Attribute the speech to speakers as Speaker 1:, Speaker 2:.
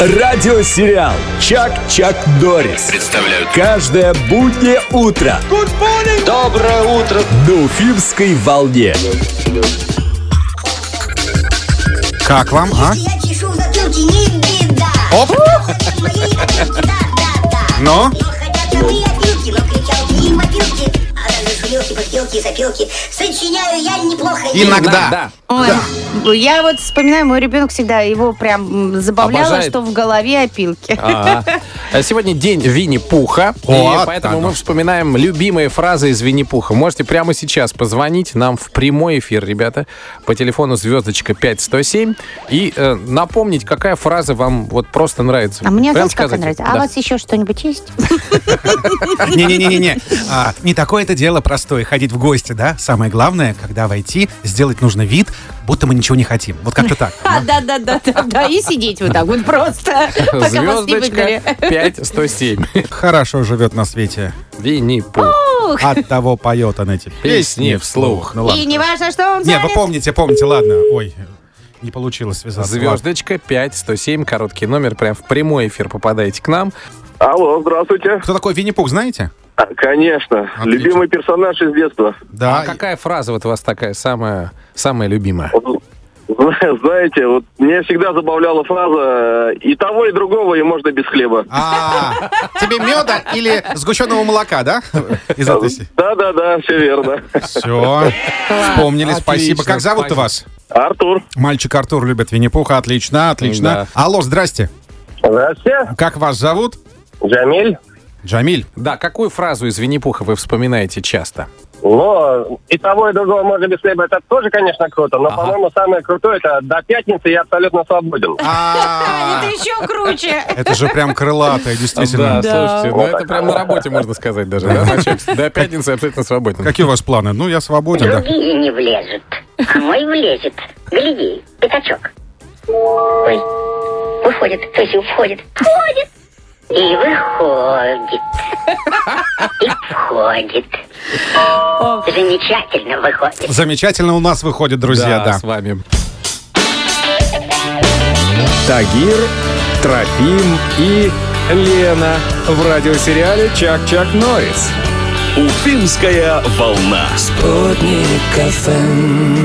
Speaker 1: Радиосериал «Чак-Чак Дорис».
Speaker 2: Представляют
Speaker 1: Каждое буднее утро
Speaker 2: Доброе утро!
Speaker 1: на Уфимской волне.
Speaker 3: Как вам, а?
Speaker 4: Я чешу в затылке, не беда.
Speaker 3: Оп!
Speaker 4: Хотят мои опилки, да-да-да.
Speaker 3: Но?
Speaker 4: Но хотят мои опилки, но кричалки и мобилки. А даже шумелки, подпилки, запилки. Сочиняю я неплохо.
Speaker 3: Иногда.
Speaker 5: Ой, я вот вспоминаю, мой ребенок всегда его прям м, забавляло,
Speaker 6: Обожает.
Speaker 5: что в голове опилки.
Speaker 6: А, а Сегодня день Винни-Пуха,
Speaker 3: Вот
Speaker 6: и поэтому
Speaker 3: оно
Speaker 6: мы
Speaker 3: что.
Speaker 6: вспоминаем любимые фразы из Винни-Пуха. Можете прямо сейчас позвонить нам в прямой эфир, ребята, по телефону звездочка 5107 и э, напомнить, какая фраза вам вот просто нравится.
Speaker 5: А мне,
Speaker 6: Прям
Speaker 5: знаете, как
Speaker 6: сказать.
Speaker 5: нравится? А
Speaker 6: Да.
Speaker 5: у вас еще что-нибудь есть?
Speaker 3: Не-не-не-не. А, Не такое это дело простое. Ходить в гости, да? Самое главное, когда войти, сделать нужно вид, будто мы ничего не хотим. Вот как-то так.
Speaker 5: А, да-да-да-да. И сидеть вот так вот просто, пока вас не выгнали.
Speaker 6: Звездочка 5107.
Speaker 3: Хорошо живет на свете.
Speaker 6: Винни-Пух.
Speaker 5: Ух,
Speaker 3: От того поет она эти
Speaker 6: Песни вслух.
Speaker 3: Ну
Speaker 5: И
Speaker 3: ладно.
Speaker 5: не важно, что он
Speaker 3: Не, вы
Speaker 5: занят.
Speaker 3: помните, помните, ладно. Ой, не получилось связаться. Ладно.
Speaker 6: Звездочка 5107, короткий номер, прям в прямой эфир попадаете к нам.
Speaker 7: Алло, здравствуйте.
Speaker 3: Кто такой Винни-Пух, знаете?
Speaker 7: А, Конечно.
Speaker 3: Отлично.
Speaker 7: Любимый персонаж из детства.
Speaker 3: Да.
Speaker 6: А какая фраза вот у вас такая самая, самая любимая?
Speaker 7: Вот, зна- Знаете, вот меня всегда забавляла фраза э, «И того, и другого, и можно без хлеба».
Speaker 3: А, тебе меда или сгущенного молока, да? Из этой си-
Speaker 7: Да-да-да, все верно.
Speaker 3: Все, вспомнили,
Speaker 6: Отлично,
Speaker 3: спасибо. Как зовут-то
Speaker 6: спасибо.
Speaker 3: вас?
Speaker 7: Артур.
Speaker 3: Мальчик Артур любит Винни-Пуха, отлично, отлично. Алло, здрасте.
Speaker 7: Здравствуйте.
Speaker 3: Как вас зовут?
Speaker 7: Джамиль.
Speaker 3: Джамиль.
Speaker 6: Да, какую фразу из Винни-Пуха вы вспоминаете часто?
Speaker 7: Но и того, и другого можно без хлеба. Это тоже, конечно, круто, но, по-моему, самое крутое – это «До пятницы я абсолютно свободен».
Speaker 3: А,
Speaker 5: Это еще круче.
Speaker 3: Это же прям крылатое,
Speaker 6: Да,
Speaker 3: действительно.
Speaker 6: слушайте, ну это прям на работе можно сказать даже. да, начальство? До пятницы абсолютно свободен.
Speaker 3: Какие у вас планы? Ну, я свободен, да.
Speaker 8: Другие не влезут, а мой влезет. Гляди, пятачок. Ой, выходит, то есть входит. Входит. И выходит. И входит. Замечательно выходит.
Speaker 3: Замечательно у нас выходит, друзья, да.
Speaker 6: А, с вами.
Speaker 1: Тагир, Трофим и Лена в радиосериале «Чак-Чак Норрис».
Speaker 2: Уфимская волна.